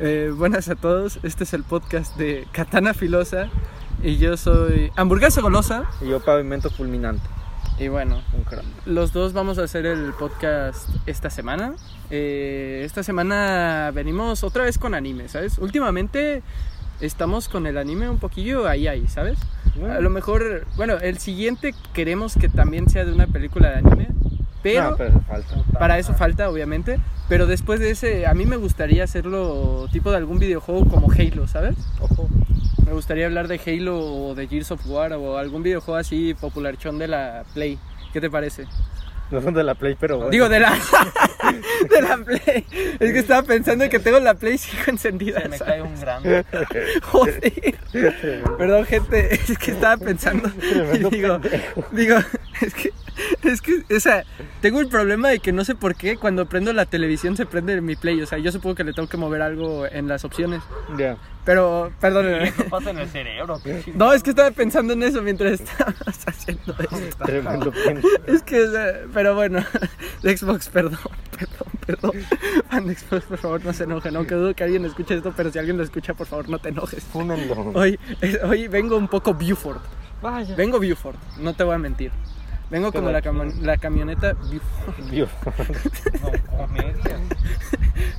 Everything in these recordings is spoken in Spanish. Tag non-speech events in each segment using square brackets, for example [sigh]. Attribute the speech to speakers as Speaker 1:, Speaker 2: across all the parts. Speaker 1: Eh, buenas a todos, este es el podcast de Katana Filosa y yo soy Hamburguesa Golosa
Speaker 2: Y yo pavimento fulminante.
Speaker 1: y bueno,
Speaker 2: Un crack.
Speaker 1: los dos vamos a hacer el podcast esta semana. Eh, esta semana venimos otra vez con anime, ¿sabes? Últimamente estamos con el anime un poquillo ahí ahí, ¿sabes?
Speaker 2: Ah,
Speaker 1: A lo mejor, bueno, el siguiente queremos que también sea de una película de anime, Ah, pero... ah.
Speaker 2: No, pero falta.
Speaker 1: Para eso falta, obviamente. Pero después de ese, a mí me gustaría hacerlo tipo de algún videojuego como Halo, ¿sabes?
Speaker 2: Ojo.
Speaker 1: Me gustaría hablar de Halo o de Gears of War o algún videojuego así popularchón de la Play. ¿Qué te parece?
Speaker 2: No son de la Play, pero bueno.
Speaker 1: Digo, de la. [laughs] de la Play. Es que estaba pensando en que tengo la Play 5 encendida.
Speaker 3: Se me
Speaker 1: ¿sabes?
Speaker 3: cae un grande.
Speaker 1: Joder. Perdón, gente, es que estaba
Speaker 3: [laughs]
Speaker 1: pensando. Y [laughs]
Speaker 2: Tremendo
Speaker 1: digo, digo, es que, es que, o sea, tengo el problema de que no sé por qué cuando prendo la televisión se prende mi play. O sea, yo supongo que le tengo que mover algo en las opciones.
Speaker 2: Ya.
Speaker 1: Pero, perdón.
Speaker 3: ¿Qué pasa en el cerebro? ¿Qué chingada?
Speaker 1: No, es que estaba pensando en eso mientras [laughs] estabas haciendo esto. [laughs]
Speaker 2: Tremendo pene.
Speaker 1: Es que, o sea, pero bueno, [laughs] de Xbox, perdón, [laughs] perdón, perdón. Fan de Xbox, por favor, no se enojen. Aunque dudo que alguien escuche esto, pero si alguien lo escucha, por favor, no te enojes.
Speaker 2: Fúnenlo.
Speaker 1: Hoy, eh, hoy vengo un poco Buford.
Speaker 2: Vaya.
Speaker 1: Vengo Buford, no te voy a mentir. Vengo como la, camo- la camioneta Buford. [laughs]
Speaker 2: Dios.
Speaker 3: No, comedia.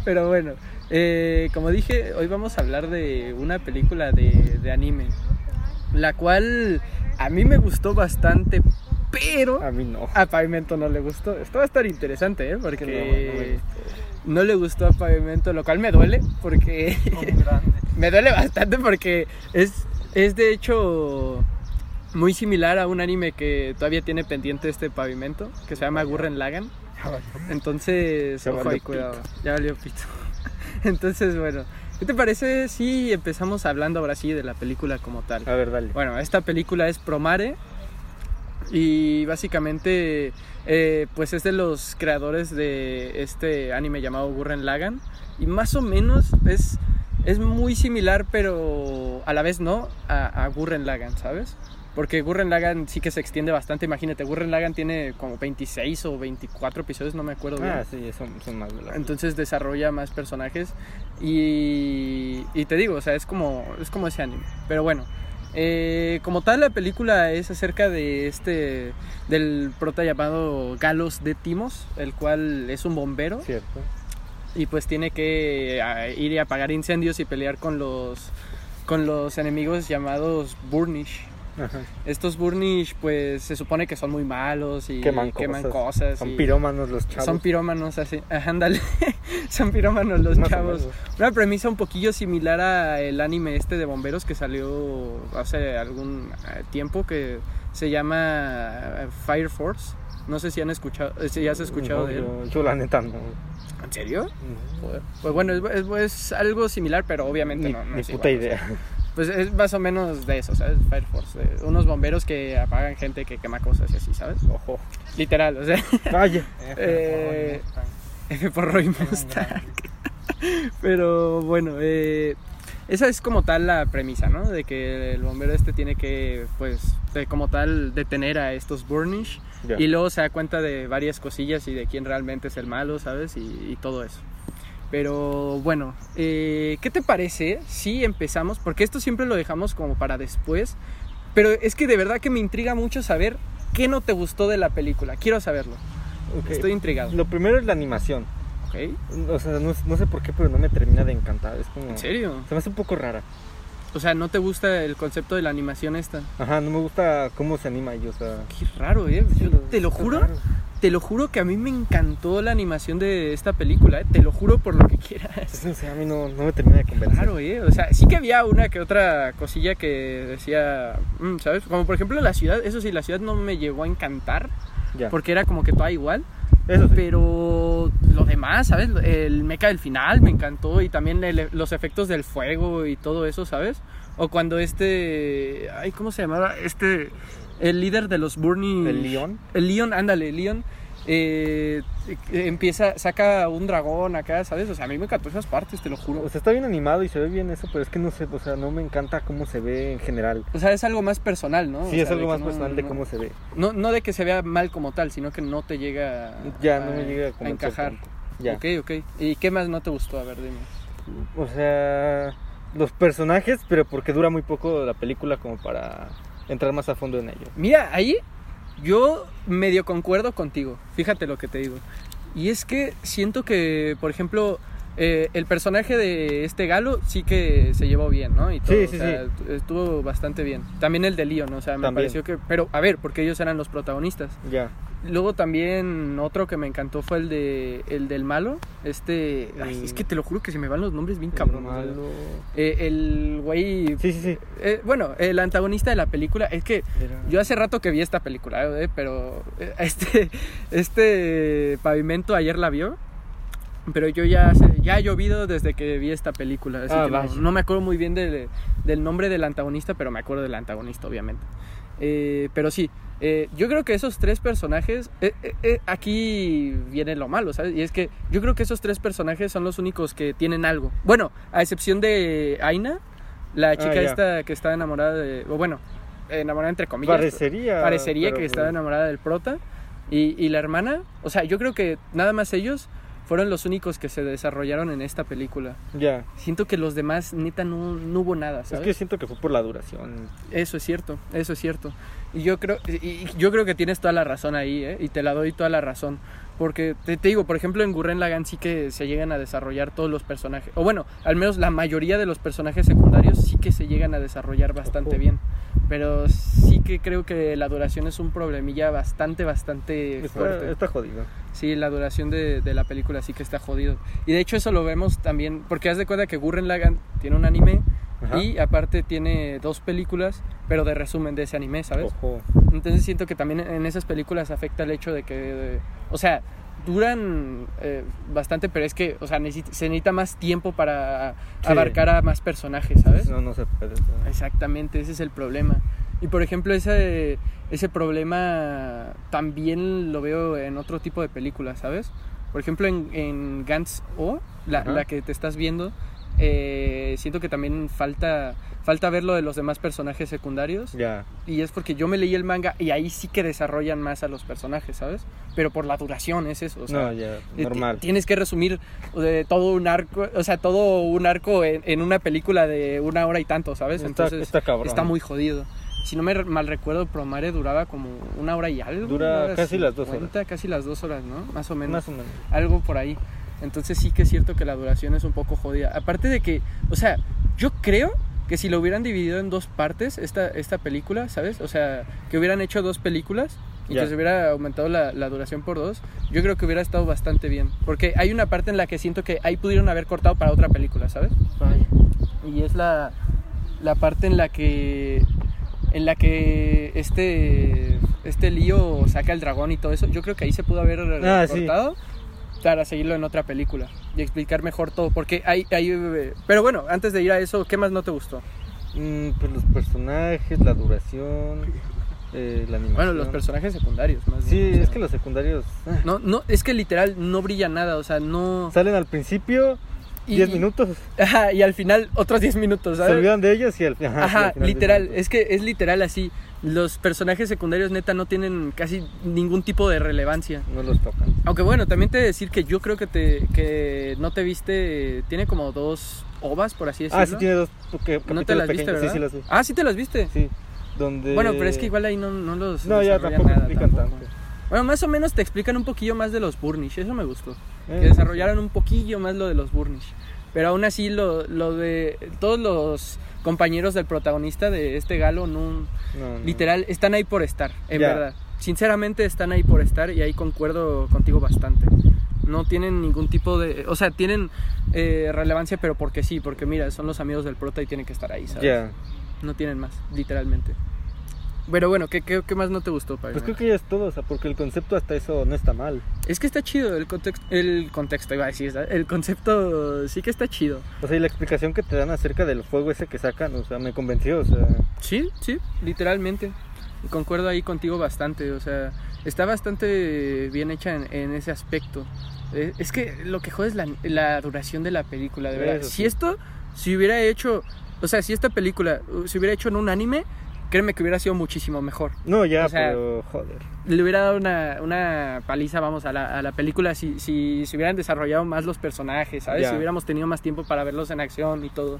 Speaker 1: Pero bueno, eh, como dije, hoy vamos a hablar de una película de, de anime. La cual a mí me gustó bastante, pero
Speaker 2: A mí no.
Speaker 1: a Pavimento no le gustó. Esto va a estar interesante, ¿eh? Porque
Speaker 2: no, no me
Speaker 1: no le gustó a Pavimento, lo cual me duele, porque
Speaker 2: Oh.
Speaker 3: Un grande.
Speaker 1: [laughs] me duele bastante porque es, es de hecho muy similar a un anime que todavía tiene pendiente este pavimento, que se llama Gurren Lagan. Entonces,
Speaker 2: Ya
Speaker 1: ojo
Speaker 2: valió
Speaker 1: ahí, cuidado. Ya valió pito. [laughs] Entonces, bueno, ¿qué te parece si empezamos hablando ahora sí de la película como tal?
Speaker 2: A ver, dale.
Speaker 1: Bueno, esta película es Promare y básicamente eh, pues es de los creadores de este anime llamado Gurren Lagan y más o menos es, es muy similar pero a la vez no a, a Gurren Lagan, ¿sabes? Porque Gurren Lagan sí que se extiende bastante, imagínate, Gurren Lagan tiene como 26 o 24 episodios, no me acuerdo bien.
Speaker 2: Ah, sí, son, son más de la
Speaker 1: Entonces desarrolla más personajes y, y te digo, o sea, es como, es como ese anime. Pero bueno, eh, como tal la película es acerca de este, del prota llamado Galos de Timos, el cual es un bombero
Speaker 2: Cierto.
Speaker 1: y pues tiene que a, ir y apagar incendios y pelear con los, con los enemigos llamados Burnish.
Speaker 2: Ajá.
Speaker 1: Estos Burnish pues se supone que son muy malos y
Speaker 2: Queman cosas.
Speaker 1: cosas
Speaker 2: Son
Speaker 1: y-
Speaker 2: pirómanos los chavos.
Speaker 1: son pirómanos así. Ajá, ándale. [laughs] Son pirómanos los
Speaker 2: Más o
Speaker 1: chavos.
Speaker 2: menos.
Speaker 1: Una premisa un poquillo similar a el anime este de bomberos que salió hace algún eh, tiempo que se llama eh, Fire Force. No sé si han escuchado, eh, si has escuchado
Speaker 2: No,
Speaker 1: de él.
Speaker 2: yo- Yo la neta no.
Speaker 1: ¿En serio? Pues bueno, es, es- es algo similar, pero obviamente
Speaker 2: Ni,
Speaker 1: no, no
Speaker 2: ni
Speaker 1: es
Speaker 2: puta
Speaker 1: igual.
Speaker 2: idea.
Speaker 1: Pues es más o menos de eso, ¿sabes? Fire Force, de unos bomberos que apagan gente que quema cosas y así, ¿sabes?
Speaker 2: Ojo.
Speaker 1: Literal, o sea,
Speaker 2: [laughs] Vaya.
Speaker 1: Eh,
Speaker 3: Eh,
Speaker 1: F [laughs] por Roy Mustang. [laughs] Pero bueno, eh, esa es como tal la premisa, ¿no? De que el bombero este tiene que, pues, de- como tal, detener a estos Burnish.
Speaker 2: Ya.
Speaker 1: Y luego se da cuenta de varias cosillas y de quién realmente es el malo, ¿sabes? Y, y todo eso. Pero bueno, eh, ¿qué te parece si empezamos? Porque esto siempre lo dejamos como para después. Pero es que de verdad que me intriga mucho saber qué no te gustó de la película. Quiero saberlo.
Speaker 2: Ok.
Speaker 1: Estoy intrigado.
Speaker 2: Lo primero es la animación.
Speaker 1: ¿Ok? ¿En
Speaker 2: O sea, no, no sé por qué, pero no me termina de encantar. Es como.
Speaker 1: serio?
Speaker 2: Se me hace un poco rara.
Speaker 1: O sea, ¿no te gusta el concepto de la animación esta?
Speaker 2: Ajá, no me gusta cómo se anima y, o sea.
Speaker 1: Qué raro, ¿eh? Yo te lo
Speaker 2: está
Speaker 1: juro, [laughs]
Speaker 2: raro.
Speaker 1: te lo juro que a mí me encantó la animación de esta película, ¿eh? Te lo juro por lo que quieras.
Speaker 2: Es, o sea, a mí no, no me termina de convencer.
Speaker 1: Raro, ¿eh? O sea, sí que había una que otra cosilla que decía, mm, ¿sabes? Como por ejemplo la ciudad, eso sí, la ciudad no me llegó a encantar,
Speaker 2: Ya.
Speaker 1: porque era como que toda igual.
Speaker 2: Eso sí.
Speaker 1: Pero lo demás, ¿sabes? El mecha del final me encantó y también el- los efectos del fuego y todo eso, ¿sabes? O cuando este. Ay, ¿cómo se llamaba? Este. El líder de los Burning.
Speaker 2: ¿El Leon?
Speaker 1: El Leon, ándale, el Leon. eh, eh, empieza, saca un dragón acá, ¿sabes? O sea, a mí me encantó esas partes, te lo juro.
Speaker 2: O sea, está bien animado y se ve bien eso, pero es que no sé, o sea, no me encanta cómo se ve en general.
Speaker 1: O sea, es algo más personal, ¿no? O
Speaker 2: sí,
Speaker 1: sea,
Speaker 2: es algo
Speaker 1: de que
Speaker 2: más
Speaker 1: no-
Speaker 2: personal de
Speaker 1: no-
Speaker 2: cómo se ve.
Speaker 1: No, no de que se vea mal como tal, sino que no te llega.
Speaker 2: Ya,
Speaker 1: a-
Speaker 2: no me llega a
Speaker 1: a
Speaker 2: convencer
Speaker 1: Ah, encajar.
Speaker 2: tanto. Ya.
Speaker 1: Ok, ok. ¿Y qué más no te gustó? A ver, dime.
Speaker 2: o sea, los personajes, pero porque dura muy poco la película como para entrar más a fondo en ello.
Speaker 1: Mira, ahí yo medio concuerdo contigo. Fíjate lo que te digo. Y es que siento que, por ejemplo, eh, el personaje de este galo sí que se llevó bien, ¿no? Y todo,
Speaker 2: Sí, sí,
Speaker 1: o sea,
Speaker 2: sí.
Speaker 1: estuvo bastante bien. También el de Lío, ¿no? O sea, me
Speaker 2: También.
Speaker 1: pareció que. Pero, a ver, porque ellos eran los protagonistas.
Speaker 2: Ya.
Speaker 1: Luego también otro que me encantó fue el de el del malo. Este. ay, es que te lo juro que se me van los nombres bien cabrón. o sea,
Speaker 2: Malo.
Speaker 1: eh, el güey.
Speaker 2: Sí, sí, sí.
Speaker 1: eh, bueno, el antagonista de la película. Es que
Speaker 2: Era-
Speaker 1: yo hace rato que vi esta película, eh, pero eh, [laughs] este, este pavimento ayer la vio. Pero yo ya, hace- ya ha llovido desde que vi esta película. así
Speaker 2: Ah,
Speaker 1: que no,
Speaker 2: vaya.
Speaker 1: no me acuerdo muy bien del, del nombre del antagonista, pero me acuerdo del antagonista, obviamente. Eh, pero sí, eh, yo creo que esos tres personajes, eh, eh, eh, aquí viene lo malo, ¿sabes? Y es que yo creo que esos tres personajes son los únicos que tienen algo. Bueno, a excepción de Aina, la chica
Speaker 2: Ah, ya.
Speaker 1: esta que está enamorada de... O bueno, enamorada entre comillas.
Speaker 2: Parecería.
Speaker 1: Parecería
Speaker 2: pero
Speaker 1: que
Speaker 2: pues,
Speaker 1: estaba enamorada del prota y, y la hermana. O sea, yo creo que nada más ellos fueron los únicos que se desarrollaron en esta película.
Speaker 2: Ya.
Speaker 1: Siento que los demás, neta, no, no hubo nada,
Speaker 2: Es
Speaker 1: ¿sabes?
Speaker 2: que siento que fue por la duración.
Speaker 1: Eso es cierto, eso es cierto. Y yo creo, y- y yo creo que tienes toda la razón ahí, ¿eh? Y te la doy toda la razón. Porque te, te digo, por ejemplo, en Gurren Lagann sí que se llegan a desarrollar todos los personajes. O bueno, al menos la mayoría de los personajes secundarios sí que se llegan a desarrollar bastante
Speaker 2: Ojo.
Speaker 1: bien. Pero sí que creo que la duración es un problemilla bastante, bastante
Speaker 2: Está,
Speaker 1: fuerte.
Speaker 2: está jodido.
Speaker 1: Sí, la duración de, de la película sí que está jodido. Y de hecho eso lo vemos también, porque haz de cuenta que Gurren Lagann tiene un anime
Speaker 2: Ajá.
Speaker 1: y aparte tiene dos películas, pero de resumen de ese anime, ¿sabes?
Speaker 2: Ojo.
Speaker 1: Entonces siento que también en esas películas afecta el hecho de que, de- o sea, duran eh, bastante, pero es que, o sea, necesit- se necesita más tiempo para
Speaker 2: Sí.
Speaker 1: abarcar a más personajes, ¿sabes?
Speaker 2: No, no se puede.
Speaker 1: Exactamente, ese es el problema. Y por ejemplo, ese, ese problema también lo veo en otro tipo de películas, ¿sabes? Por ejemplo, en, en Gantz O, la,
Speaker 2: Ajá.
Speaker 1: la que te estás viendo, eh, siento que también falta, falta ver lo de los demás personajes secundarios.
Speaker 2: Ya.
Speaker 1: Y es porque yo me leí el manga y ahí sí que desarrollan más a los personajes, ¿sabes? Pero por la duración es eso. O sea,
Speaker 2: no, ya.
Speaker 1: eh,
Speaker 2: Normal.
Speaker 1: ti- Tienes que resumir eh, todo un arco, o sea, todo un arco en, en una película de una hora y tanto, ¿sabes?
Speaker 2: Está-
Speaker 1: Entonces
Speaker 2: está cabrón.
Speaker 1: muy jodido. Si no me re- mal recuerdo, Promare duraba como una hora y algo.
Speaker 2: Dura
Speaker 1: una hora
Speaker 2: casi las dos
Speaker 1: Casi las dos horas, ¿no? Más o menos.
Speaker 2: Más o menos.
Speaker 1: Algo por ahí. Entonces sí que es cierto que la duración es un poco jodida. Aparte de que, o sea, yo creo que si lo hubieran dividido en dos partes, esta, esta película, ¿sabes? O sea, que hubieran hecho dos películas y
Speaker 2: Ya.
Speaker 1: que se hubiera aumentado la, la duración por dos, yo creo que hubiera estado bastante bien. Porque hay una parte en la que siento que ahí pudieron haber cortado para otra película, ¿sabes? Y es la, la parte en la que en la que este este lío saca el dragón y todo eso. Yo creo que ahí se pudo haber
Speaker 2: Ah, sí.
Speaker 1: cortado para seguirlo en otra película y explicar mejor todo. Porque hay, hay, eh, pero bueno, antes de ir a eso, ¿qué más no te gustó?
Speaker 2: Mm, pues los personajes, la duración, eh, la animación.
Speaker 1: Bueno, los personajes secundarios, más
Speaker 2: Sí,
Speaker 1: bien, o sea,
Speaker 2: es que los secundarios ah,
Speaker 1: no, no, es que literal no brilla nada, o sea, no.
Speaker 2: salen al principio,
Speaker 1: Y-
Speaker 2: 10 minutos,
Speaker 1: Ajá, y al final otros 10 minutos,
Speaker 2: se
Speaker 1: ¿sabes?
Speaker 2: olvidan de ellos y al, ajá, sí, al
Speaker 1: Ajá,
Speaker 2: final
Speaker 1: literal,
Speaker 2: 10
Speaker 1: es que es literal así. Los personajes secundarios neta no tienen casi ningún tipo de relevancia.
Speaker 2: minutos. No los tocan.
Speaker 1: Aunque bueno, también te he de decir que yo creo que te que no te viste, tiene como dos ovas, por así decirlo.
Speaker 2: Ah, sí, tiene dos porque,
Speaker 1: No
Speaker 2: capítulos
Speaker 1: te las
Speaker 2: pequeños.
Speaker 1: viste, ¿verdad?
Speaker 2: Sí, sí, las vi.
Speaker 1: Ah, sí te las viste.
Speaker 2: Sí, donde...
Speaker 1: Bueno, pero es que igual ahí no, no los
Speaker 2: No, ya
Speaker 1: desarrollan
Speaker 2: tampoco
Speaker 1: nada,
Speaker 2: explican
Speaker 1: tampoco.
Speaker 2: tanto.
Speaker 1: Bueno, más o menos te explican un poquillo más de los Burnish, eso me gustó.
Speaker 2: Eh,
Speaker 1: que desarrollaron un poquillo más lo de los Burnish. Pero aún así, lo, lo de todos los compañeros del protagonista de este galo no,
Speaker 2: no, no.
Speaker 1: Literal, están ahí por estar, en
Speaker 2: Ya.
Speaker 1: verdad. Sinceramente están ahí por estar y ahí concuerdo contigo bastante. No tienen ningún tipo de... O sea, tienen eh, relevancia, pero porque sí, porque mira, son los amigos del prota y tienen que estar ahí,
Speaker 2: Ya.
Speaker 1: ¿sabes? No tienen más, literalmente. Pero bueno, ¿qué, qué, qué más no te gustó, Paimon?
Speaker 2: Pues creo que ya es todo, o sea, porque el concepto hasta eso no está mal.
Speaker 1: Es que está chido el contexto, el contexto, iba a decir, ¿sabes? el concepto sí que está chido.
Speaker 2: O sea, y la explicación que te dan acerca del fuego ese que sacan, o sea, me convenció, o sea...
Speaker 1: Sí, sí, literalmente. Concuerdo ahí contigo bastante. O sea, está bastante bien hecha en, en ese aspecto. Eh, Es que lo que jode es la, la duración de la película, de verdad.
Speaker 2: Eso
Speaker 1: Si
Speaker 2: sí.
Speaker 1: esto se hubiera hecho, o sea, si esta película uh, se hubiera hecho en un anime, créeme que hubiera sido muchísimo mejor.
Speaker 2: No, ya,
Speaker 1: O sea-
Speaker 2: pero joder.
Speaker 1: Le hubiera dado una, una paliza, vamos, a la, a la película si, si se hubieran desarrollado más los personajes, ¿sabes?
Speaker 2: Ya.
Speaker 1: Si hubiéramos tenido más tiempo para verlos en acción y todo.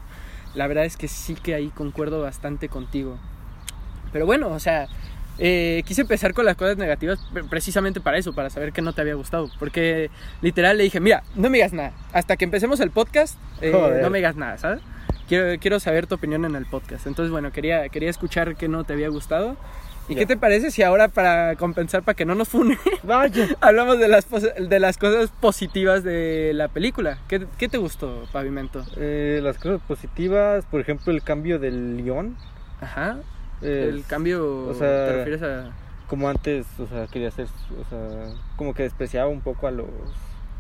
Speaker 1: La verdad es que sí que ahí concuerdo bastante contigo. Pero bueno, o sea, eh, quise empezar con las cosas negativas pre- precisamente para eso, para saber que no te había gustado. Porque literal le dije, mira, no me digas nada. Hasta que empecemos el podcast, eh,
Speaker 2: Joder.
Speaker 1: no me digas nada, ¿sabes? Quiero, quiero saber tu opinión en el podcast. Entonces, bueno, quería, quería escuchar que no te había gustado. ¿Y
Speaker 2: Ya.
Speaker 1: qué te parece si ahora, para compensar, para que no nos funen, [laughs]
Speaker 2: Vaya.
Speaker 1: hablamos de las, pos- de las cosas positivas de la película? ¿Qué, qué te gustó, Pavimento?
Speaker 2: Eh, las cosas positivas, por ejemplo, el cambio del León.
Speaker 1: Ajá.
Speaker 2: eh,
Speaker 1: el cambio,
Speaker 2: o sea,
Speaker 1: ¿te refieres a
Speaker 2: Como antes, o sea, quería ser, o sea, como que despreciaba un poco a los,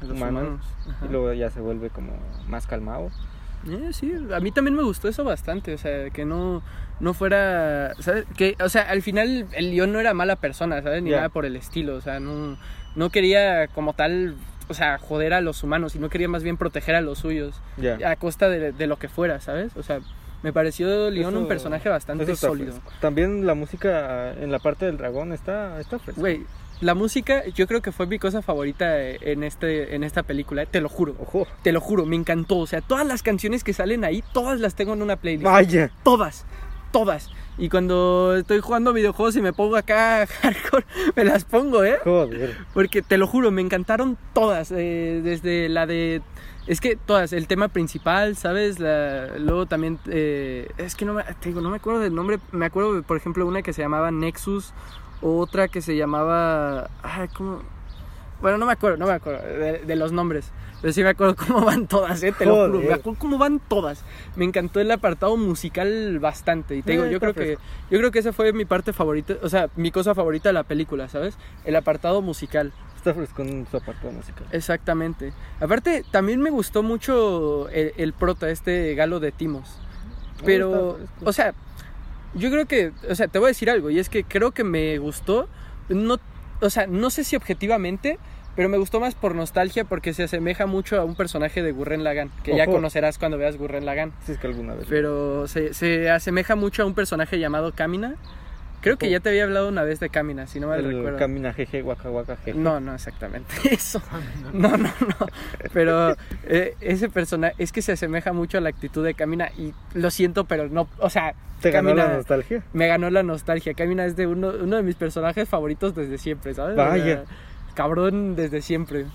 Speaker 1: a los
Speaker 2: humanos.
Speaker 1: humanos? Ajá.
Speaker 2: Y luego ya se vuelve como más calmado.
Speaker 1: Eh, sí, a mí también me gustó eso bastante, o sea, que no, no fuera, ¿sabes? Que, o sea, al final el león no era mala persona, ¿sabes? Ni
Speaker 2: Ya.
Speaker 1: nada por el estilo, o sea, no, no quería como tal, o sea, joder a los humanos, sino quería más bien proteger a los suyos,
Speaker 2: Ya.
Speaker 1: a costa de, de lo que fuera, ¿sabes? O sea, me pareció León
Speaker 2: Eso-
Speaker 1: un personaje
Speaker 2: Eso
Speaker 1: bastante
Speaker 2: está
Speaker 1: sólido.
Speaker 2: fresco. También la música en la parte del dragón está, está fresca.
Speaker 1: Güey, la música yo creo que fue mi cosa favorita eh, en, este, en esta película, eh, te lo juro.
Speaker 2: Ojo.
Speaker 1: Te lo juro, me encantó. O sea, todas las canciones que salen ahí, todas las tengo en una playlist.
Speaker 2: Vaya.
Speaker 1: todas, todas. Y cuando estoy jugando videojuegos y me pongo acá [laughs] hardcore, me las pongo, ¿eh?
Speaker 2: Joder.
Speaker 1: Porque te lo juro, me encantaron todas, eh, desde la de... Es que todas, el tema principal, ¿sabes? La- luego también, eh, es que no me, te digo, no me acuerdo del nombre, me acuerdo, de, por ejemplo, una que se llamaba Nexus, otra que se llamaba... Ay, ¿cómo? Bueno, no me acuerdo, no me acuerdo de, de los nombres, pero sí me acuerdo cómo van todas, ¿eh? Te lo juro, me
Speaker 2: Joder.
Speaker 1: acuerdo cómo van todas. Me encantó el apartado musical bastante, y te
Speaker 2: Eh,
Speaker 1: digo, yo creo
Speaker 2: está
Speaker 1: que... Yo creo que esa fue mi parte favorita, o sea, mi cosa favorita de la película, ¿sabes? El apartado musical.
Speaker 2: Está fresco en su apartado musical.
Speaker 1: Eh, Exactamente. Aparte, también me gustó mucho el, el prota, este galo de Timos. Pero,
Speaker 2: Está fresco.
Speaker 1: o sea, yo creo que, o sea, te voy a decir algo, y es que creo que me gustó, no, o sea, no sé si objetivamente, pero me gustó más por nostalgia porque se asemeja mucho a un personaje de Gurren Lagan, que ya
Speaker 2: Ojo.
Speaker 1: conocerás cuando veas Gurren Lagan.
Speaker 2: Si es que alguna vez.
Speaker 1: Pero se, se asemeja mucho a un personaje llamado Kamina. Creo que ya te había hablado una vez de Kamina, si no mal
Speaker 2: Oh. el
Speaker 1: recuerdo.
Speaker 2: camina jeje, guaca, guaca, jeje.
Speaker 1: No, no, exactamente [laughs] eso. No, no, no. Pero eh, ese personaje es que se asemeja mucho a la actitud de Kamina y lo siento, pero no, o sea,
Speaker 2: ¿Te ganó
Speaker 1: Camina-
Speaker 2: la nostalgia?
Speaker 1: me ganó la nostalgia. Kamina es de uno, uno de mis personajes favoritos desde siempre, ¿sabes? O sea,
Speaker 2: Vaya.
Speaker 1: cabrón desde siempre.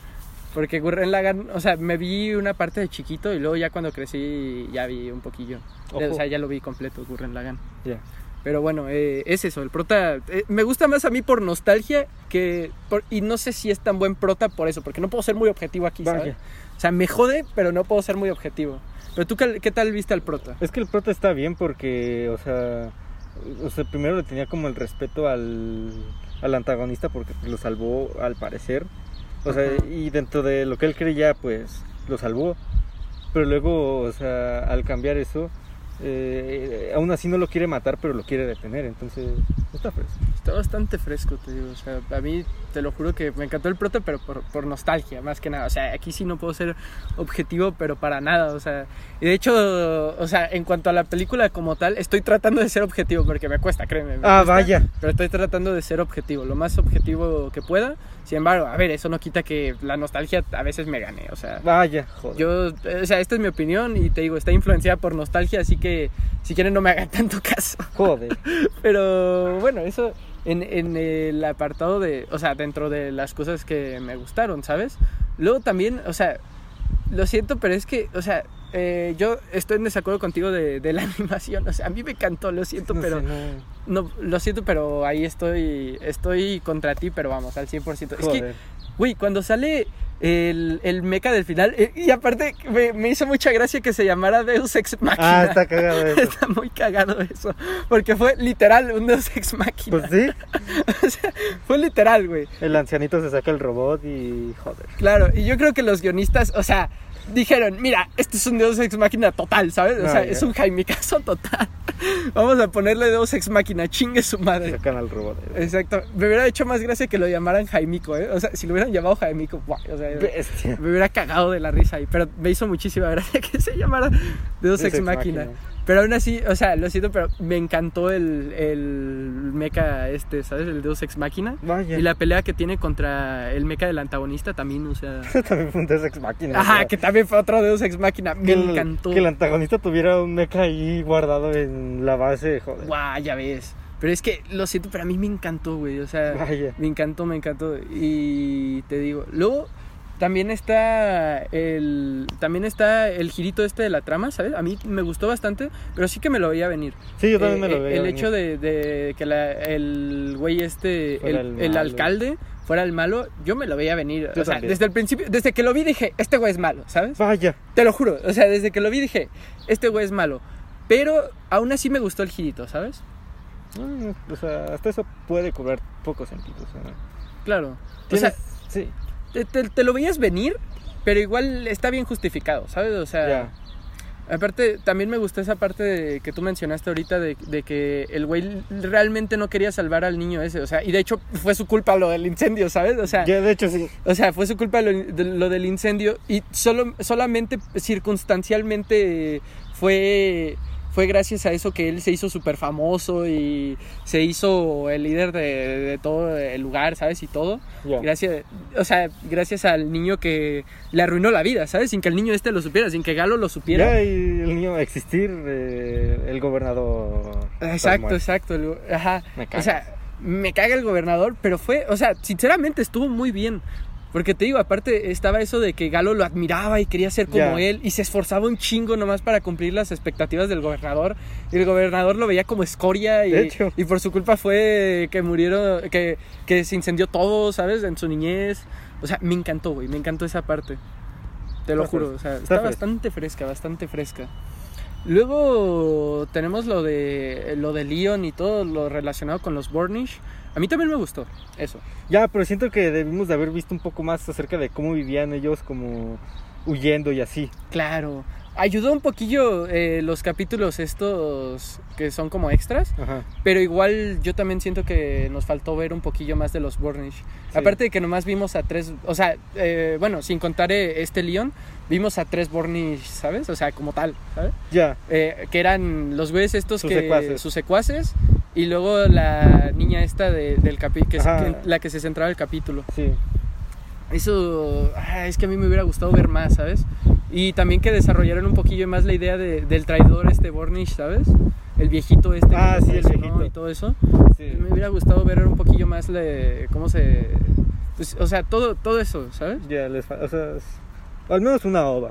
Speaker 1: Porque Gurren Lagann, o sea, me vi una parte de chiquito y luego ya cuando crecí ya vi un poquillo.
Speaker 2: Ojo.
Speaker 1: O sea, ya lo vi completo, Gurren Lagann.
Speaker 2: Ya.
Speaker 1: Pero bueno, eh, es eso, el prota eh, me gusta más a mí por nostalgia que por- y no sé si es tan buen prota por eso, porque no puedo ser muy objetivo aquí, ¿sabes?
Speaker 2: Vaya.
Speaker 1: O sea, me jode, pero no puedo ser muy objetivo. Pero tú qué, qué tal viste al prota?
Speaker 2: Es que el prota está bien porque, o sea, o sea, primero le tenía como el respeto al, al antagonista porque lo salvó al parecer. O sea,
Speaker 1: Ajá.
Speaker 2: y dentro de lo que él creía, pues lo salvó. Pero luego, o sea, al cambiar eso, eh, aún así no lo quiere matar, pero lo quiere detener. Entonces, está fresco.
Speaker 1: pues, Está bastante fresco, te digo. O sea, a mí te lo juro que me encantó el prota, pero por, por nostalgia, más que nada. O sea, aquí sí no puedo ser objetivo, pero para nada. O sea, y de hecho, o sea, en cuanto a la película como tal, estoy tratando de ser objetivo porque me cuesta, créeme. me
Speaker 2: Ah,
Speaker 1: cuesta.
Speaker 2: vaya.
Speaker 1: Pero estoy tratando de ser objetivo, lo más objetivo que pueda. Sin embargo, a ver, eso no quita que la nostalgia a veces me gane. O sea,
Speaker 2: Vaya, joder.
Speaker 1: yo, eh, o sea, esta es mi opinión y te digo, está influenciada por nostalgia, así que si quieren no me hagan tanto caso. [laughs]
Speaker 2: Joder.
Speaker 1: Pero bueno, eso en, en el apartado de, o sea, dentro de las cosas que me gustaron, ¿sabes? Luego también, o sea, lo siento, pero es que, o sea, eh, yo estoy en desacuerdo contigo de, de la [laughs] animación. O sea, a mí me encantó, lo siento,
Speaker 2: No sé,
Speaker 1: pero...
Speaker 2: no.
Speaker 1: No, lo siento, pero ahí estoy, estoy contra ti, pero vamos, al 100%. Es que,
Speaker 2: Joder.
Speaker 1: güey, cuando sale el, el meca del final, eh, y aparte me, me hizo mucha gracia que se llamara Deus Ex Machina.
Speaker 2: Ah,
Speaker 1: [laughs]
Speaker 2: está cagado eso.
Speaker 1: Está muy cagado eso, porque fue literal un Deus Ex Machina.
Speaker 2: Pues sí,
Speaker 1: O sea, fue literal, güey.
Speaker 2: el ancianito se saca el robot y joder.
Speaker 1: Claro, y yo creo que los guionistas, o sea, dijeron, mira, este es un Deus Ex Máquina total, ¿sabes? O
Speaker 2: Ah,
Speaker 1: sea,
Speaker 2: ya.
Speaker 1: es un Jaimicazo total. [laughs] Vamos a ponerle Deus Ex Máquina, chingue su madre.
Speaker 2: Sacan al robot.
Speaker 1: Exacto. Me hubiera hecho más gracia que lo llamaran Jaimico, ¿eh? O sea, si lo hubieran llamado Jaimico, guay, o sea, güey.
Speaker 2: Bestia.
Speaker 1: Me hubiera cagado de la risa ahí, pero me hizo muchísima gracia [laughs] que se llamara Deus
Speaker 2: Deus
Speaker 1: Ex
Speaker 2: Ex
Speaker 1: Máquina.
Speaker 2: Machina.
Speaker 1: Pero aún así, o sea, lo siento, pero me encantó el, el mecha este, ¿sabes? El Deus Ex Máquina.
Speaker 2: Vaya.
Speaker 1: Y la pelea que tiene contra el mecha del antagonista también, o
Speaker 2: [laughs]
Speaker 1: sea...
Speaker 2: también fue un Deus Ex Máquina. o
Speaker 1: Ajá,
Speaker 2: sea,
Speaker 1: que también fue otro Deus Ex Máquina. Me
Speaker 2: que el-
Speaker 1: encantó.
Speaker 2: Que el antagonista tuviera un mecha ahí guardado en la base, joder.
Speaker 1: Guau, ya ves. Pero es que, lo siento, pero a mí me encantó, güey. O sea...
Speaker 2: Vaya.
Speaker 1: Me encantó, me encantó. Y te digo, luego también está el también está el girito este de la trama, ¿sabes? A mí me gustó bastante, pero sí que me lo veía venir.
Speaker 2: Sí, yo también me
Speaker 1: Eh,
Speaker 2: lo veía.
Speaker 1: El
Speaker 2: venir.
Speaker 1: hecho de, de que la- el güey este, el,
Speaker 2: Fuera el
Speaker 1: el
Speaker 2: malo.
Speaker 1: alcalde fuera el malo, yo me lo veía venir.
Speaker 2: Yo
Speaker 1: o sea,
Speaker 2: también.
Speaker 1: desde el principio, desde que lo vi dije, este güey es malo, ¿sabes?
Speaker 2: Vaya.
Speaker 1: Te lo juro, o sea, desde que lo vi dije, este güey es malo. Pero aún así me gustó el girito, ¿sabes?
Speaker 2: Mm, O sea, hasta eso puede cobrar poco sentido. O sea,
Speaker 1: Claro. O sea,
Speaker 2: Tienes- sí,
Speaker 1: te, te- te lo veías venir, pero igual está bien justificado, ¿sabes? O sea,
Speaker 2: ya.
Speaker 1: aparte, también me gustó esa parte de- que tú mencionaste ahorita de, de que el güey realmente no quería salvar al niño ese, o sea, y de hecho fue su culpa lo del incendio, ¿sabes? O sea,
Speaker 2: Ya, de hecho, sí.
Speaker 1: o sea fue su culpa lo, de- lo del incendio y solo, solamente circunstancialmente fue... Fue gracias a eso que él se hizo súper famoso y se hizo el líder de, de todo el lugar, ¿sabes? Y todo.
Speaker 2: Ya.
Speaker 1: Gracias, o sea, gracias al niño que le arruinó la vida, ¿sabes? Sin que el niño este lo supiera, sin que Galo lo supiera.
Speaker 2: Ya, y el niño existir, eh, el gobernador.
Speaker 1: Ah, exacto,
Speaker 2: Samuel.
Speaker 1: exacto. lo- Ajá.
Speaker 2: Me
Speaker 1: O sea, me caga el gobernador, pero fue, o sea, sinceramente estuvo muy bien. Porque te digo, aparte estaba eso de que Galo lo admiraba y quería ser como
Speaker 2: Ya.
Speaker 1: él y se esforzaba un chingo nomás para cumplir las expectativas del gobernador. Y el gobernador lo veía como escoria
Speaker 2: De
Speaker 1: y,
Speaker 2: hecho.
Speaker 1: y por su culpa fue que murieron, que, que se incendió todo, ¿sabes? En su niñez. O sea, me encantó, güey, me encantó esa parte. Te lo
Speaker 2: Está
Speaker 1: juro,
Speaker 2: fresca,
Speaker 1: o sea,
Speaker 2: está
Speaker 1: está
Speaker 2: fresca.
Speaker 1: bastante fresca, bastante fresca. Luego tenemos lo de lo de Leon y todo lo relacionado con los Burnish. A mí también me gustó eso.
Speaker 2: Ya, pero siento que debimos de haber visto un poco más acerca de cómo vivían ellos, como huyendo y así.
Speaker 1: Claro. Ayudó un poquillo eh, los capítulos estos que son como extras,
Speaker 2: Ajá.
Speaker 1: pero igual yo también siento que nos faltó ver un poquillo más de los Burnish.
Speaker 2: Sí.
Speaker 1: Aparte de que nomás vimos a tres, o sea, eh, bueno, sin contar eh, este Leon, vimos a tres Burnish, ¿sabes? O sea, como tal, ¿sabes?
Speaker 2: Ya.
Speaker 1: Eh, que eran los güeyes estos
Speaker 2: Sus
Speaker 1: que
Speaker 2: secuaces.
Speaker 1: sus secuaces y luego la niña esta de- del capi, que, es-
Speaker 2: Ajá.
Speaker 1: que- la que se centraba el capítulo
Speaker 2: Sí.
Speaker 1: eso ah, es que a mí me hubiera gustado ver más sabes y también que desarrollaran un poquillo más la idea de- del traidor este Bornish sabes el viejito este que
Speaker 2: Ah,
Speaker 1: lo
Speaker 2: sí, el
Speaker 1: traicionó
Speaker 2: viejito.
Speaker 1: y todo eso
Speaker 2: sí.
Speaker 1: me hubiera gustado ver un poquillo más le- cómo se pues, o sea todo todo eso sabes
Speaker 2: Ya, les fa- O sea, es- al menos una ova.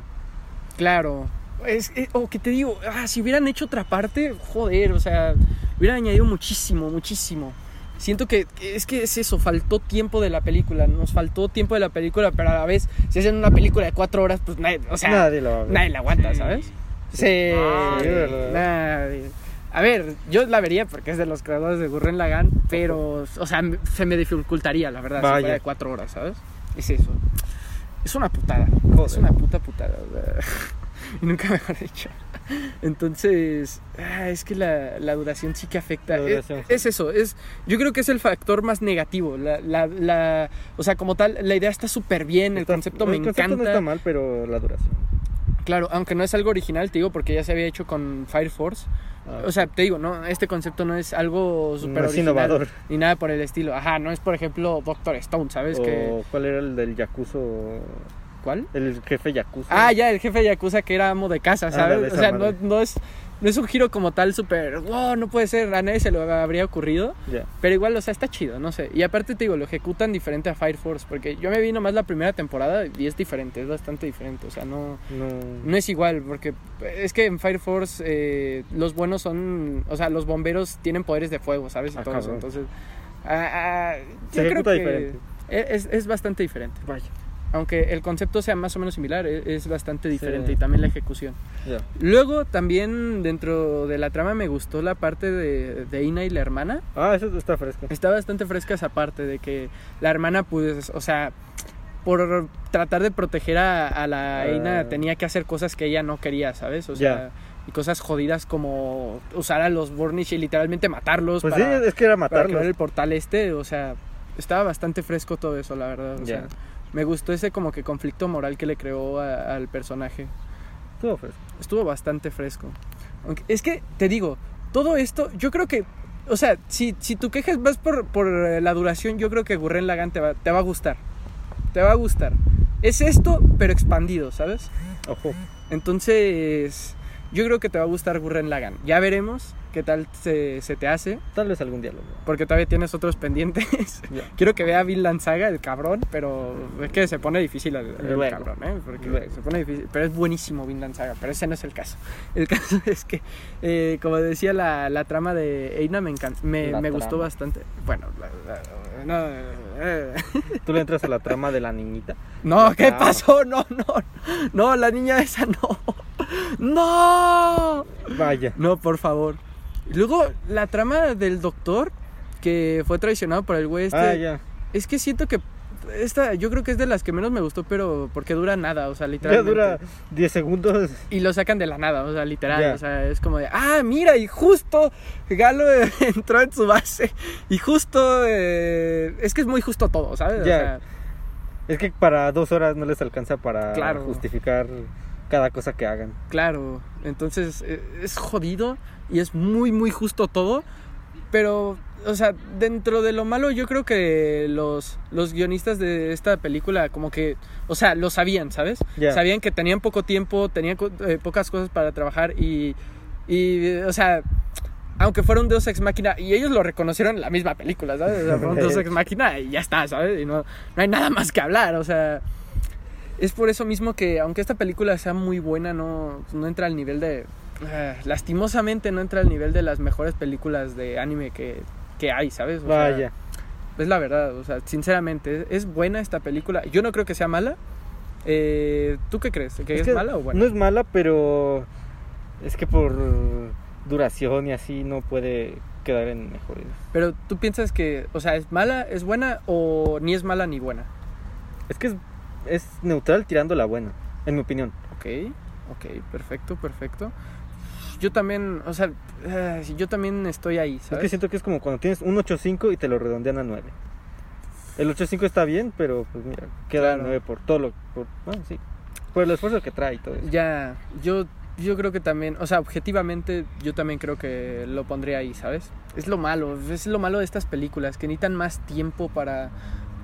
Speaker 1: Claro. Es, eh, o que te digo, ah, si hubieran hecho otra parte, joder, o sea, hubieran añadido muchísimo, muchísimo. Siento que que es que es eso, faltó tiempo de la película, nos faltó tiempo de la película, pero a la vez, si hacen una película de cuatro horas, pues nadie, o sea, nadie,
Speaker 2: Nadie lo va a ver.
Speaker 1: la aguanta, ¿sabes? Se-
Speaker 3: Sí,
Speaker 2: ¿verdad?
Speaker 1: nadie. A ver, yo la vería porque es de los creadores de Gurren Lagann, pero, o sea, m- se me dificultaría, la verdad,
Speaker 2: Vaya.
Speaker 1: si fuera de cuatro horas, ¿sabes? Es eso. Es una putada. Es
Speaker 2: Joder.
Speaker 1: una puta putada. o sea, [laughs] y nunca mejor dicho. Entonces, ah, es que la, la duración sí que afecta.
Speaker 2: La
Speaker 1: Es-
Speaker 2: duración,
Speaker 1: es, eso, es, yo creo que es el factor más negativo. La, la- la- o sea, como tal, la idea está súper bien, el
Speaker 2: Está-
Speaker 1: concepto me
Speaker 2: el concepto
Speaker 1: encanta.
Speaker 2: no está mal, pero la duración.
Speaker 1: Claro, aunque no es algo original, te digo, porque ya se había hecho con Fire Force.
Speaker 2: Ah.
Speaker 1: O sea, te digo, no, este concepto no es algo súper
Speaker 2: No es
Speaker 1: original,
Speaker 2: innovador.
Speaker 1: Ni nada por el estilo. Ajá, no es, por ejemplo, Doctor Stone, ¿sabes?
Speaker 2: o
Speaker 1: Que,
Speaker 2: cuál era el del Yakuzo,
Speaker 1: ¿Cuál?
Speaker 2: el jefe Yakuzo.
Speaker 1: Ah, ya, el jefe de Yakuza que era amo de casa, ¿sabes?
Speaker 2: Ándale, esa
Speaker 1: o sea, no,
Speaker 2: madre.
Speaker 1: no es, no es un giro como tal súper, wow, no puede ser, a nadie se lo habría ocurrido.
Speaker 2: Ya.
Speaker 1: Pero igual, o sea, está chido, no sé. Y aparte te digo, lo ejecutan diferente a Fire Force, porque yo me vi nomás la primera temporada y es diferente, es bastante diferente. O sea, no,
Speaker 2: No.
Speaker 1: no es igual, porque es que en Fire Force eh, los buenos son, o sea, los bomberos tienen poderes de fuego, ¿sabes? Y
Speaker 2: Ah,
Speaker 1: todo eso,
Speaker 2: cabrón.
Speaker 1: entonces, ah, ah, yo creo
Speaker 2: Se ejecuta
Speaker 1: que e,
Speaker 2: diferente.
Speaker 1: Es, es bastante diferente.
Speaker 2: Vaya.
Speaker 1: Aunque el concepto sea más o menos similar, e- es bastante diferente
Speaker 2: Sí.
Speaker 1: y también la ejecución.
Speaker 2: Ya.
Speaker 1: Luego también dentro de la trama me gustó la parte de, de Ina y la hermana.
Speaker 2: Ah, eso está fresco.
Speaker 1: Está bastante fresca esa parte de que la hermana, pues, o sea, por tratar de proteger a, a la
Speaker 2: Ah.
Speaker 1: Ina tenía que hacer cosas que ella no quería, ¿sabes? O sea,
Speaker 2: Ya.
Speaker 1: y cosas jodidas como usar a los Burnish y literalmente matarlos
Speaker 2: Pues
Speaker 1: para,
Speaker 2: sí, es que era
Speaker 1: para crear
Speaker 2: matarlo.
Speaker 1: el portal este. O sea, estaba bastante fresco todo eso, la verdad. O
Speaker 2: Ya.
Speaker 1: sea, me gustó ese como que conflicto moral que le creó a- al personaje.
Speaker 2: Estuvo fresco.
Speaker 1: Estuvo bastante fresco. Aunque- es que, te digo, todo esto, yo creo que, o sea, si, si tu queja es más por, por eh, la duración, yo creo que Gurren Lagan te va, te va a gustar. Te va a gustar. Es esto, pero expandido, ¿sabes?
Speaker 2: Ojo.
Speaker 1: Entonces, yo creo que te va a gustar Gurren Lagan. Ya veremos qué tal se, se te hace,
Speaker 2: Tal vez algún diálogo.
Speaker 1: porque todavía tienes otros pendientes.
Speaker 2: Ya.
Speaker 1: Quiero que vea Vinland Saga, el cabrón, pero es que se pone difícil el, el
Speaker 2: Luego.
Speaker 1: cabrón, ¿eh? Porque
Speaker 2: Luego.
Speaker 1: se pone difícil. Pero es buenísimo Vinland Saga, pero ese no es el caso. El [laughs] caso es que, eh, como decía, la, la trama de Eina me, encan- me,
Speaker 2: La
Speaker 1: me gustó
Speaker 2: trama.
Speaker 1: bastante. Bueno, la- la- no, eh.
Speaker 2: Tú le entras a la trama de la niñita.
Speaker 1: no, ¿qué
Speaker 2: trama.
Speaker 1: pasó? [laughs] No, no, no, la niña esa no. [laughs] ¡No!
Speaker 2: Vaya.
Speaker 1: No, por favor. Luego, la trama del doctor que fue traicionado por el güey este.
Speaker 2: Ah, ya.
Speaker 1: Es que siento que esta, yo creo que es de las que menos me gustó, pero porque dura nada, o sea,
Speaker 2: Ya
Speaker 1: literalmente.
Speaker 2: dura 10 segundos.
Speaker 1: Y lo sacan de la nada, o sea, literal,
Speaker 2: Ya.
Speaker 1: o sea, es como de, ah, mira, y justo Galo eh, [laughs] entró en su base, y justo, eh, es que es muy justo todo, ¿sabes? O
Speaker 2: Ya.
Speaker 1: sea,
Speaker 2: Es que para dos horas no les alcanza para
Speaker 1: Claro.
Speaker 2: justificar cada cosa que hagan.
Speaker 1: Claro, entonces eh, es jodido y es muy, muy justo todo, pero, o sea, dentro de lo malo yo creo que los, los guionistas de esta película como que, o sea, lo sabían, ¿sabes?
Speaker 2: Ya.
Speaker 1: Sabían que tenían poco tiempo, tenían co- eh, pocas cosas para trabajar y, y, eh, o sea, aunque fuera un Deus Ex Máquina, y ellos lo reconocieron en la misma película, ¿sabes? O sea, fue un Deus Ex Máquina y ya está, ¿sabes? Y no, no hay nada más que hablar, o sea... Es por eso mismo que, aunque esta película sea muy buena, no, no entra al nivel de... eh, lastimosamente no entra al nivel de las mejores películas de anime que, que hay, ¿sabes? O sea,
Speaker 2: Vaya.
Speaker 1: es la verdad, o sea, sinceramente, es, es buena esta película. Yo no creo que sea mala. Eh, ¿Tú qué crees? ¿Que es,
Speaker 2: que
Speaker 1: mala o buena?
Speaker 2: No es mala, pero es que por duración y así no puede quedar en mejores.
Speaker 1: Pero tú piensas que, o sea, ¿es mala, es buena o ni es mala ni buena?
Speaker 2: Es que es, es neutral tirando la buena, en mi opinión.
Speaker 1: Ok, ok, perfecto, perfecto. Yo también, o sea, eh, yo también estoy ahí,
Speaker 2: Es que
Speaker 1: ¿sabes?
Speaker 2: siento que es como cuando tienes un 8.5 y te lo redondean a 9. El 8.5 está bien, pero pues mira, queda
Speaker 1: Claro.
Speaker 2: 9 por todo lo... Por, bueno, sí. Por el esfuerzo que trae y todo eso.
Speaker 1: Ya, yo, yo creo que también, o sea, objetivamente, yo también creo que lo pondría ahí, ¿sabes? Es lo malo, es lo malo de estas películas, que necesitan más tiempo para,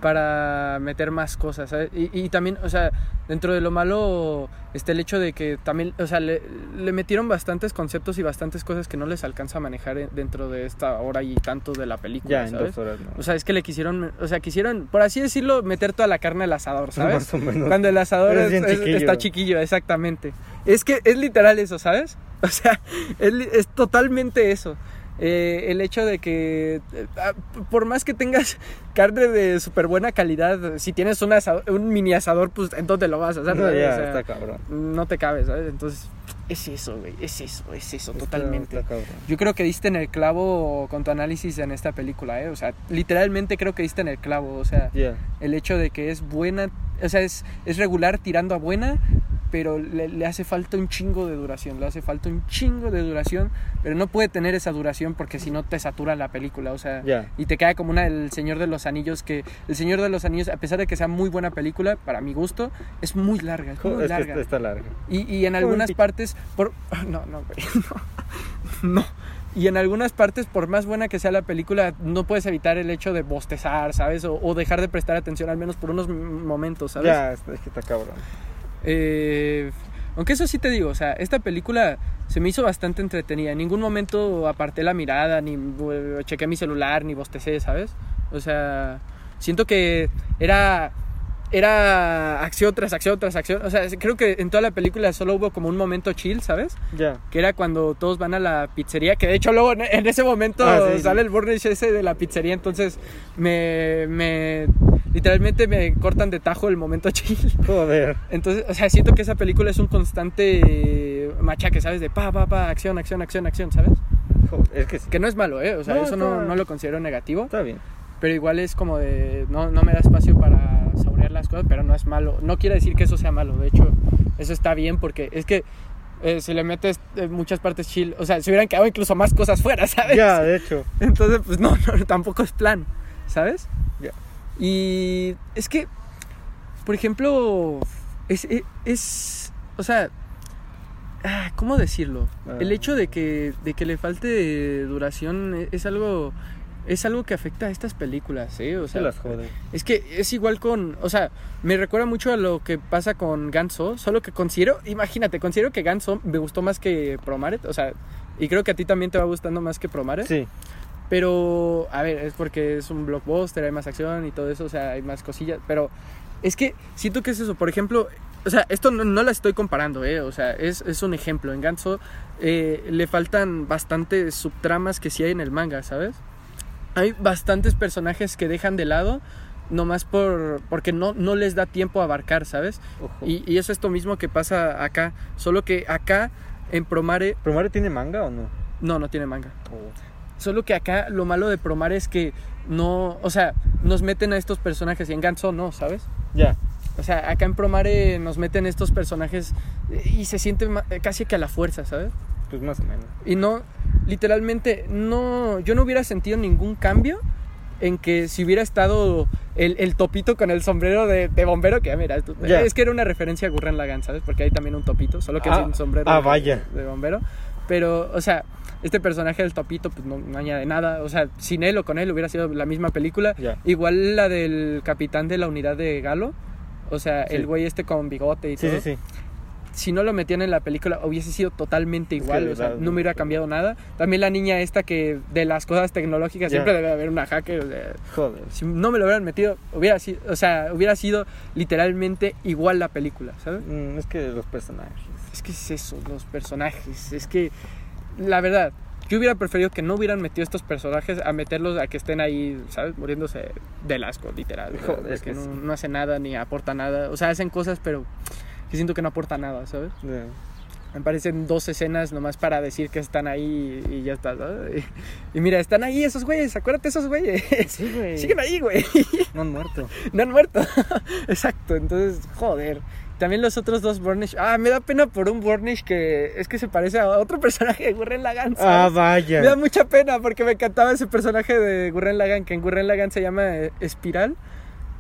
Speaker 1: para meter más cosas, ¿sabes? Y, y también, o sea, dentro de lo malo está el hecho de que también, o sea, le, le metieron bastantes conceptos y bastantes cosas que no les alcanza a manejar en- dentro de esta hora y tanto de la película,
Speaker 2: Ya, en
Speaker 1: ¿sabes?
Speaker 2: dos horas, ¿no?
Speaker 1: O sea, es que le quisieron, o sea, quisieron, por así decirlo, meter toda la carne al asador, ¿sabes?
Speaker 2: [laughs] Más o menos.
Speaker 1: Cuando el asador
Speaker 2: Es
Speaker 1: es-
Speaker 2: bien
Speaker 1: es-
Speaker 2: chiquillo.
Speaker 1: está chiquillo, exactamente. Es que es literal eso, ¿sabes? [laughs] O sea, es, li- es totalmente eso. Eh, el hecho de que, eh, ah, p- por más que tengas [laughs] carne de súper buena calidad, si tienes un, asa- un mini asador, pues entonces lo vas a hacer.
Speaker 2: No,
Speaker 1: ¿sabes?
Speaker 2: ya,
Speaker 1: O sea,
Speaker 2: está cabrón.
Speaker 1: no te cabe, ¿sabes? Entonces, es eso, güey, es eso, es eso,
Speaker 2: Está-
Speaker 1: totalmente.
Speaker 2: está cabrón.
Speaker 1: Yo creo que diste en el clavo con tu análisis en esta película, ¿eh? O sea, literalmente creo que diste en el clavo. O sea,
Speaker 2: Ya.
Speaker 1: el hecho de que es buena, o sea, es, es regular tirando a buena, pero le, le hace falta un chingo de duración, le hace falta un chingo de duración, pero no puede tener esa duración porque si no te satura la película, o sea,
Speaker 2: Ya.
Speaker 1: y te queda como una El Señor de los Anillos, que El Señor de los Anillos, a pesar de que sea muy buena película, para mi gusto, es muy larga, es
Speaker 2: Jo,
Speaker 1: muy
Speaker 2: Es que
Speaker 1: larga.
Speaker 2: está, está larga.
Speaker 1: Y, y en algunas
Speaker 2: Uy.
Speaker 1: partes, por... [laughs] No, no, güey, no. No. Y en algunas partes, por más buena que sea la película, no puedes evitar el hecho de bostezar, ¿sabes? O, o dejar de prestar atención, al menos por unos m- momentos, ¿sabes?
Speaker 2: Ya, está- es que está cabrón.
Speaker 1: Eh, aunque eso sí te digo, o sea, esta película se me hizo bastante entretenida. En ningún momento aparté la mirada, ni eh, chequé mi celular, ni bostecé, ¿sabes? O sea, siento que era era acción tras acción tras acción. O sea, creo que en toda la película solo hubo como un momento chill, ¿sabes?
Speaker 2: Ya.
Speaker 1: Que era cuando todos van a la pizzería, que de hecho luego en, en ese momento
Speaker 2: Ah, sí, sí.
Speaker 1: sale el burnish ese de la pizzería, entonces me, me literalmente me cortan de tajo el momento chill.
Speaker 2: Joder.
Speaker 1: Entonces, o sea, siento que esa película es un constante eh, machaque, ¿sabes? De pa, pa, pa, acción, acción, acción, acción, ¿sabes?
Speaker 2: Joder, Es que sí.
Speaker 1: Que no es malo, ¿eh? O sea,
Speaker 2: No,
Speaker 1: eso no,
Speaker 2: está-
Speaker 1: no lo considero negativo,
Speaker 2: Está bien.
Speaker 1: pero igual es como de, no, no me da espacio para saborear las cosas, pero no es malo. No quiere decir que eso sea malo, de hecho, eso está bien porque es que eh, si le metes eh, muchas partes chill, o sea, se hubieran quedado incluso más cosas fuera, [laughs] ¿sabes?
Speaker 2: Ya, de hecho.
Speaker 1: Entonces, pues [laughs] no, no, tampoco es plan, ¿sabes?
Speaker 2: Ya.
Speaker 1: Y es que por ejemplo, es, es, es- o sea, ah, ¿cómo decirlo?
Speaker 2: Ah.
Speaker 1: El hecho de que, de que le falte duración e- es algo, es algo que afecta a estas películas, ¿sí? O sea,
Speaker 2: Se las jode.
Speaker 1: es que es igual con, o sea, me recuerda mucho a lo que pasa con Ganso, solo que considero, imagínate, considero que Ganso me gustó más que Promaret, o sea, y creo que a ti también te va gustando más que Promaret.
Speaker 2: Sí,
Speaker 1: Pero, a ver, es porque es un blockbuster, hay más acción y todo eso, o sea, hay más cosillas. Pero es que siento que es eso, por ejemplo, o sea, esto no, no la estoy comparando, ¿eh? O sea, es, es un ejemplo. En Ganso eh, le faltan bastantes subtramas que sí hay en el manga, ¿sabes? Hay bastantes personajes que dejan de lado nomás por, porque no, no les da tiempo a abarcar, ¿sabes?
Speaker 2: ojo.
Speaker 1: Y, y es esto mismo que pasa acá, solo que acá en Promare,
Speaker 2: ¿Pero Mario tiene manga o no?
Speaker 1: no, no tiene manga.
Speaker 2: O-
Speaker 1: Solo que acá lo malo de Promar es que no, o sea, nos meten a estos personajes y en Ganso no, ¿sabes?
Speaker 2: Ya,
Speaker 1: O sea, acá en Promare nos meten estos personajes y se siente ma- casi que a la fuerza, ¿sabes?
Speaker 2: pues más o menos.
Speaker 1: Y no, literalmente, no, yo no hubiera sentido ningún cambio en que si hubiera estado el, el topito con el sombrero de, de bombero, que ah, mira, esto-
Speaker 2: Ya.
Speaker 1: es que era una referencia a Gurren Lagann, ¿sabes? Porque hay también un topito, solo que
Speaker 2: Ah,
Speaker 1: es un sombrero
Speaker 2: ah,
Speaker 1: de-
Speaker 2: vaya.
Speaker 1: de bombero. Pero, o sea, este personaje del topito pues no, no añade nada, o sea, sin él o con él hubiera sido la misma película.
Speaker 2: Ya.
Speaker 1: Igual la del capitán de la unidad de Galo, o sea,
Speaker 2: Sí.
Speaker 1: el güey este con bigote y
Speaker 2: Sí,
Speaker 1: todo
Speaker 2: sí, sí.
Speaker 1: si no lo metían en la película hubiese sido totalmente
Speaker 2: Es que
Speaker 1: igual,
Speaker 2: de
Speaker 1: o sea,
Speaker 2: verdad,
Speaker 1: no me hubiera
Speaker 2: no.
Speaker 1: cambiado nada. También la niña esta que de las cosas tecnológicas
Speaker 2: Ya.
Speaker 1: siempre debe haber una hacker, o sea,
Speaker 2: Joder.
Speaker 1: si no me lo hubieran metido, hubiera sido, o sea, hubiera sido literalmente igual la película, ¿sabes?
Speaker 2: Mm, es que los personajes.
Speaker 1: Es que es eso, los personajes, es que la verdad yo hubiera preferido que no hubieran metido estos personajes a meterlos a que estén ahí, ¿sabes? Muriéndose del asco, literal. o sea,
Speaker 2: Joder, es
Speaker 1: porque
Speaker 2: que
Speaker 1: no,
Speaker 2: sí.
Speaker 1: no hace nada ni aporta nada. O sea, hacen cosas, pero que siento que no aporta nada, ¿sabes?
Speaker 2: Ya.
Speaker 1: Me parecen dos escenas nomás para decir que están ahí y, y ya está, ¿no? Y, y mira, están ahí esos güeyes, acuérdate esos güeyes.
Speaker 2: Sí, güey.
Speaker 1: Siguen ahí, güey.
Speaker 2: No
Speaker 1: [laughs]
Speaker 2: han muerto.
Speaker 1: No han muerto. Exacto, entonces, joder. También los otros dos Burnish. Ah, me da pena por un Burnish que es que se parece a otro [laughs] personaje de Gurren Lagann.
Speaker 2: Ah,
Speaker 1: ¿sabes?
Speaker 2: vaya.
Speaker 1: me da mucha pena porque me encantaba ese personaje de Gurren Lagann, que en Gurren Lagann se llama eh, Espiral.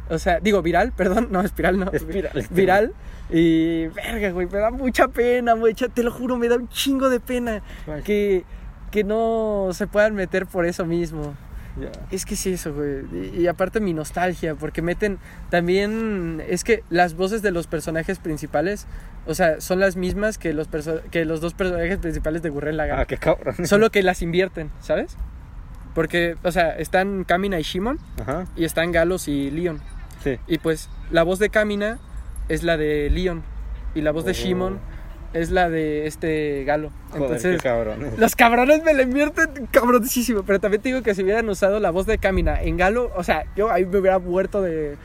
Speaker 1: O sea, digo viral, [laughs] perdón, no, espiral no.
Speaker 2: Espiral.
Speaker 1: Viral. Y verga, güey, me da mucha pena, mucha, te lo juro, me da un chingo de pena
Speaker 2: Vaya.
Speaker 1: que, que no se puedan meter por eso mismo.
Speaker 2: Ya.
Speaker 1: Es que es eso, güey. Y, y aparte mi nostalgia, porque meten también. Es que las voces de los personajes principales, o sea, son las mismas que los, perso- que los dos personajes principales de Gurren Lagann.
Speaker 2: Ah, qué cabrón.
Speaker 1: [laughs] Solo que las invierten, ¿sabes? Porque, o sea, están Kamina y Shimon
Speaker 2: Ajá.
Speaker 1: y están Galos y Leon.
Speaker 2: Sí.
Speaker 1: Y pues la voz de Kamina es la de Leon y la voz de
Speaker 2: Oh.
Speaker 1: Shimon es la de este Galo.
Speaker 2: Joder,
Speaker 1: Entonces,
Speaker 2: qué cabrón.
Speaker 1: los cabrones me la invierten cabroncísimo. Pero también te digo que si hubieran usado la voz de Kamina en Galo, o sea, yo ahí me hubiera muerto de,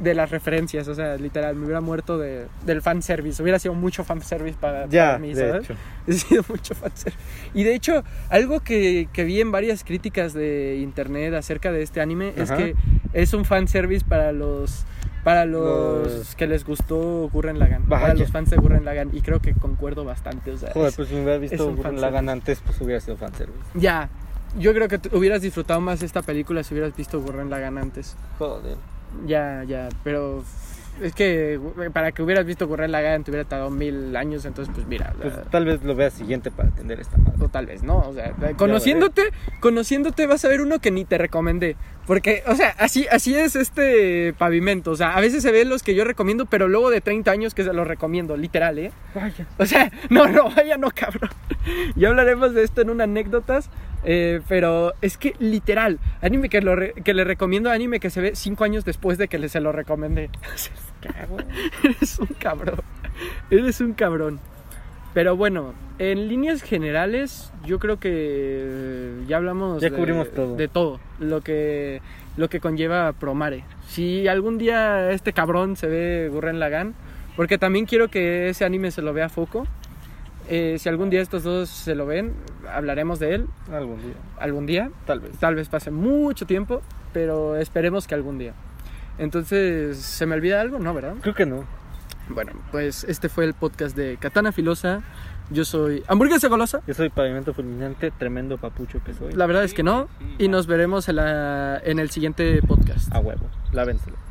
Speaker 1: de las referencias, o sea, literal, me hubiera muerto de, del fanservice. Hubiera sido mucho fanservice para,
Speaker 2: Ya,
Speaker 1: para mí,
Speaker 2: de
Speaker 1: ¿sabes?
Speaker 2: hecho.
Speaker 1: [laughs] He sido mucho fanservice. Y de hecho, algo que, que vi en varias críticas de internet acerca de este anime es
Speaker 2: Ajá.
Speaker 1: que es un fanservice para los para los,
Speaker 2: Los-
Speaker 1: que les gustó Gurren Lagann, para
Speaker 2: Vaya.
Speaker 1: los fans de Gurren Lagann y creo que concuerdo bastante, o sea,
Speaker 2: Joder,
Speaker 1: es-
Speaker 2: pues si me hubiera
Speaker 1: es
Speaker 2: visto
Speaker 1: un
Speaker 2: Gurren
Speaker 1: fanservice.
Speaker 2: Lagann antes, pues hubiera sido fanservice.
Speaker 1: ya yo creo que tú hubieras disfrutado más esta película si hubieras visto Gurren Lagann antes.
Speaker 2: Joder.
Speaker 1: Ya, ya, pero es que güey, para que hubieras visto Gurren Lagann te hubiera tardado mil años, entonces pues mira, o sea,
Speaker 2: Pues tal vez lo vea siguiente para atender esta madre.
Speaker 1: o tal vez no, o sea, conociéndote, conociéndote vas a ver uno que ni te recomendé, porque, o sea, así, así es este pavimento, o sea, a veces se ven los que yo recomiendo, pero luego de 30 años que se los recomiendo, literal, ¿eh?
Speaker 2: Vaya.
Speaker 1: O sea, [laughs] no, no, vaya, no, cabrón. [laughs] Ya hablaremos de esto en unas anécdotas, eh, pero es que literal, anime que, lo re- que le recomiendo, anime que se ve 5 años después de que le- se lo recomendé. O sea, [laughs] Eres un cabrón. Eres un cabrón. Pero bueno, en líneas generales, yo creo que ya hablamos
Speaker 2: Ya
Speaker 1: de,
Speaker 2: cubrimos todo.
Speaker 1: de todo lo que lo que conlleva Promare. Si algún día este cabrón se ve Gurren Lagann, porque también quiero que ese anime se lo vea Foco. eh, si algún día estos dos se lo ven, hablaremos de él
Speaker 2: Algún día.
Speaker 1: algún día
Speaker 2: Tal vez.
Speaker 1: tal vez pase mucho tiempo, pero esperemos que algún día. Entonces, ¿se me olvida algo? No, ¿verdad?
Speaker 2: Creo que no.
Speaker 1: Bueno, pues este fue el podcast de Katana Filosa. Yo soy Hamburguesa Golosa.
Speaker 2: Yo soy pavimento fulminante, tremendo papucho que soy.
Speaker 1: La verdad es que no. Y nos veremos en, la- en el siguiente podcast.
Speaker 2: A huevo. Lávenselo.